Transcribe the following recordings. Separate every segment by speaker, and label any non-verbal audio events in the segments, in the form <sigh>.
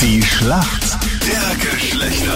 Speaker 1: Die Schlacht der Geschlechter.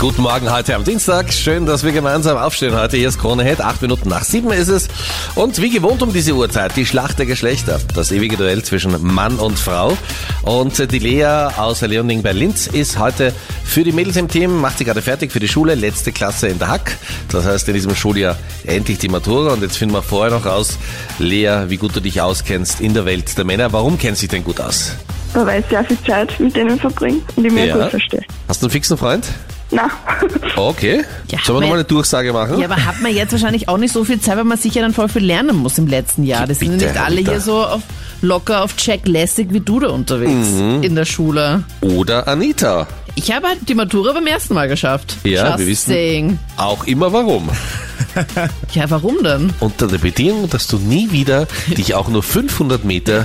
Speaker 2: Guten Morgen heute am Dienstag. Schön, dass wir gemeinsam aufstehen heute. Hier ist Krone Hit. Acht Minuten nach sieben ist es. Und wie gewohnt um diese Uhrzeit, die Schlacht der Geschlechter. Das ewige Duell zwischen Mann und Frau. Und äh, die Lea aus Leonding bei Linz ist heute für die Mädels im Team, macht sie gerade fertig für die Schule, letzte Klasse in der Hack. Das heißt, in diesem Schuljahr endlich die Matura. Und jetzt finden wir vorher noch raus, Lea, wie gut du dich auskennst in der Welt der Männer. Warum kennst du dich denn gut aus?
Speaker 3: weil ich sehr viel Zeit mit denen verbringe und ich mir
Speaker 2: Ja.
Speaker 3: gut verstehe.
Speaker 2: Hast du einen fixen Freund?
Speaker 3: Na, <laughs>
Speaker 2: Okay.
Speaker 4: Ja,
Speaker 2: Sollen wir
Speaker 4: aber-
Speaker 2: nochmal eine Durchsage machen?
Speaker 4: Ja, aber hat man jetzt wahrscheinlich auch nicht so viel Zeit, weil man sicher dann voll viel lernen muss im letzten Jahr. Das sind ja
Speaker 2: Bitte,
Speaker 4: nicht alle
Speaker 2: Anita.
Speaker 4: hier so auf locker auf Jack Lessig wie du da unterwegs
Speaker 2: Mhm.
Speaker 4: in der Schule.
Speaker 2: Oder Anita?
Speaker 4: Ich habe halt die Matura beim ersten Mal geschafft.
Speaker 2: Ja,
Speaker 4: Just
Speaker 2: wir wissen.
Speaker 4: Saying.
Speaker 2: Auch immer warum.
Speaker 4: Ja, warum denn?
Speaker 2: Unter der Bedingung, dass du nie wieder dich auch nur 500 Meter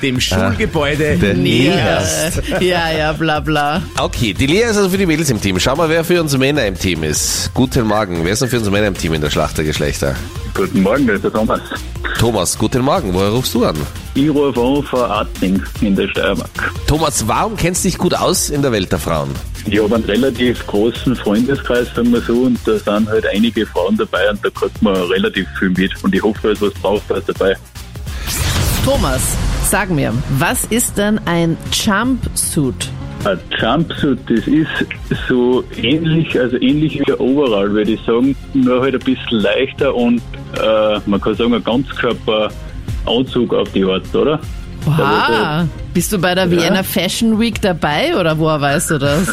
Speaker 5: dem Schulgebäude
Speaker 2: der
Speaker 4: Ja,
Speaker 2: näherst.
Speaker 4: ja, ja, bla bla.
Speaker 2: Okay, die Lea ist also für die Mädels im Team. Schau mal, wer für uns Männer im Team ist. Guten Morgen. Wer ist denn für uns Männer im Team in der Schlacht der Geschlechter?
Speaker 6: Guten Morgen, das ist der Thomas.
Speaker 2: Thomas, guten Morgen. Woher rufst du an?
Speaker 6: Ich rufe an von Arting in der Steiermark.
Speaker 2: Thomas, warum kennst du dich gut aus in der Welt der Frauen?
Speaker 6: Ich habe einen relativ großen Freundeskreis, sagen wir so, und da sind halt einige Frauen dabei und da kriegt man relativ viel mit. Und ich hoffe, da ist was Brauchbares dabei.
Speaker 4: Thomas, sag mir, was ist denn ein Jumpsuit?
Speaker 6: Ein Jumpsuit, das ist so ähnlich, also ähnlich wie ein Overall, würde ich sagen, nur halt ein bisschen leichter und äh, man kann sagen, ein Ganzkörperanzug auf die Art, oder?
Speaker 2: Oh,
Speaker 6: Also
Speaker 4: Oha, bist du bei der Vienna Fashion Week dabei oder woher weißt du das?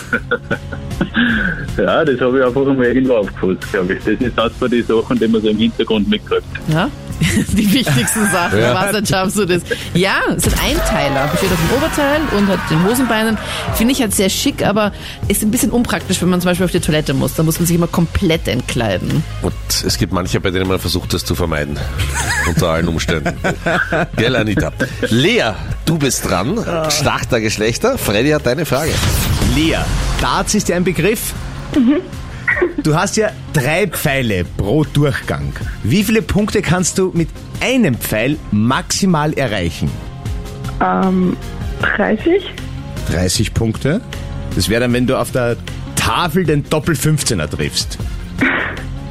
Speaker 6: Ja, das habe ich einfach einmal irgendwo aufgefasst, glaube ich. Das ist das bei den Sachen, die man so im Hintergrund mitkriegt.
Speaker 4: Ja? <laughs> Die wichtigsten Sachen,
Speaker 2: Ja.
Speaker 4: was ein Jumpsuit ist. Ja, es sind Einteiler. Besteht aus dem Oberteil und hat den Hosenbeinen. Finde ich halt sehr schick, aber ist ein bisschen unpraktisch, wenn man zum Beispiel auf die Toilette muss. Da muss man sich immer komplett entkleiden.
Speaker 2: Und es gibt manche, bei denen man versucht, das zu vermeiden. <laughs> Unter allen Umständen. Gell, Anita? Lea, du bist dran. Schlacht der Geschlechter. Freddy hat deine Frage.
Speaker 5: Lea. Darts ist ja ein Begriff.
Speaker 4: Mhm.
Speaker 5: Du hast ja drei Pfeile pro Durchgang. Wie viele Punkte kannst du mit einem Pfeil maximal erreichen?
Speaker 3: ähm, 30?
Speaker 5: 30 Punkte. Das wäre dann, wenn du auf der Tafel den Doppel-15er triffst.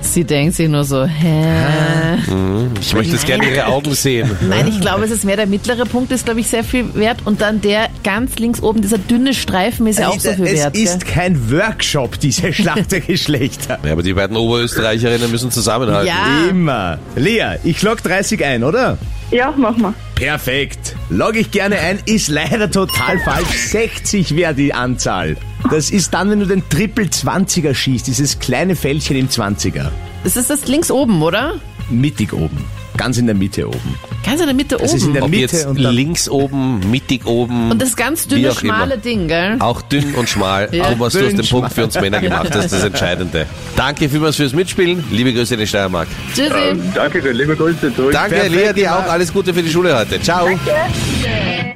Speaker 4: Sie denkt sich nur so, hä?
Speaker 2: Ich möchte jetzt gerne ihre
Speaker 5: <laughs>
Speaker 2: Augen sehen.
Speaker 4: Nein, ich glaube, es ist mehr der mittlere Punkt, ist, glaube ich, sehr viel wert. Und dann der ganz links oben, dieser dünne Streifen ist ja auch so viel
Speaker 5: es
Speaker 4: wert.
Speaker 5: ist
Speaker 4: gell?
Speaker 5: kein Workshop, diese Schlacht
Speaker 4: <laughs>
Speaker 5: der Geschlechter.
Speaker 2: Ja, aber die beiden Oberösterreicherinnen müssen zusammenhalten.
Speaker 4: Ja.
Speaker 5: Immer. Lea, ich log 30 ein, oder?
Speaker 3: Ja, mach mal.
Speaker 5: Perfekt. Log ich gerne ein, ist leider total falsch. 60 wäre die Anzahl. Das ist dann, wenn du den Triple 20er schießt, dieses kleine Fältchen im 20er.
Speaker 4: Es ist das links oben, oder?
Speaker 5: Mittig oben. Ganz in der Mitte oben.
Speaker 4: Ganz in der Mitte
Speaker 5: Das ist in
Speaker 4: oben.
Speaker 5: der
Speaker 2: Ob
Speaker 5: Mitte
Speaker 2: jetzt
Speaker 5: und dann-
Speaker 2: links oben, mittig oben.
Speaker 4: Und das ganz
Speaker 2: wie
Speaker 4: dünne,
Speaker 2: auch immer.
Speaker 4: schmale Ding, gell?
Speaker 2: Auch dünn und schmal.
Speaker 4: Ja.
Speaker 2: Thomas, du hast
Speaker 5: Dünn,
Speaker 2: den Punkt für uns Männer gemacht. Das
Speaker 5: <laughs>
Speaker 2: ist das Entscheidende. Danke vielmals fürs Mitspielen. Liebe Grüße in die Steiermark.
Speaker 4: Tschüssi.
Speaker 6: Ähm, danke schön, liebe Grüße zurück.
Speaker 2: Danke,
Speaker 5: Perfekt
Speaker 2: Lea, dir
Speaker 5: gemacht.
Speaker 2: auch. Alles Gute für die Schule heute. Ciao.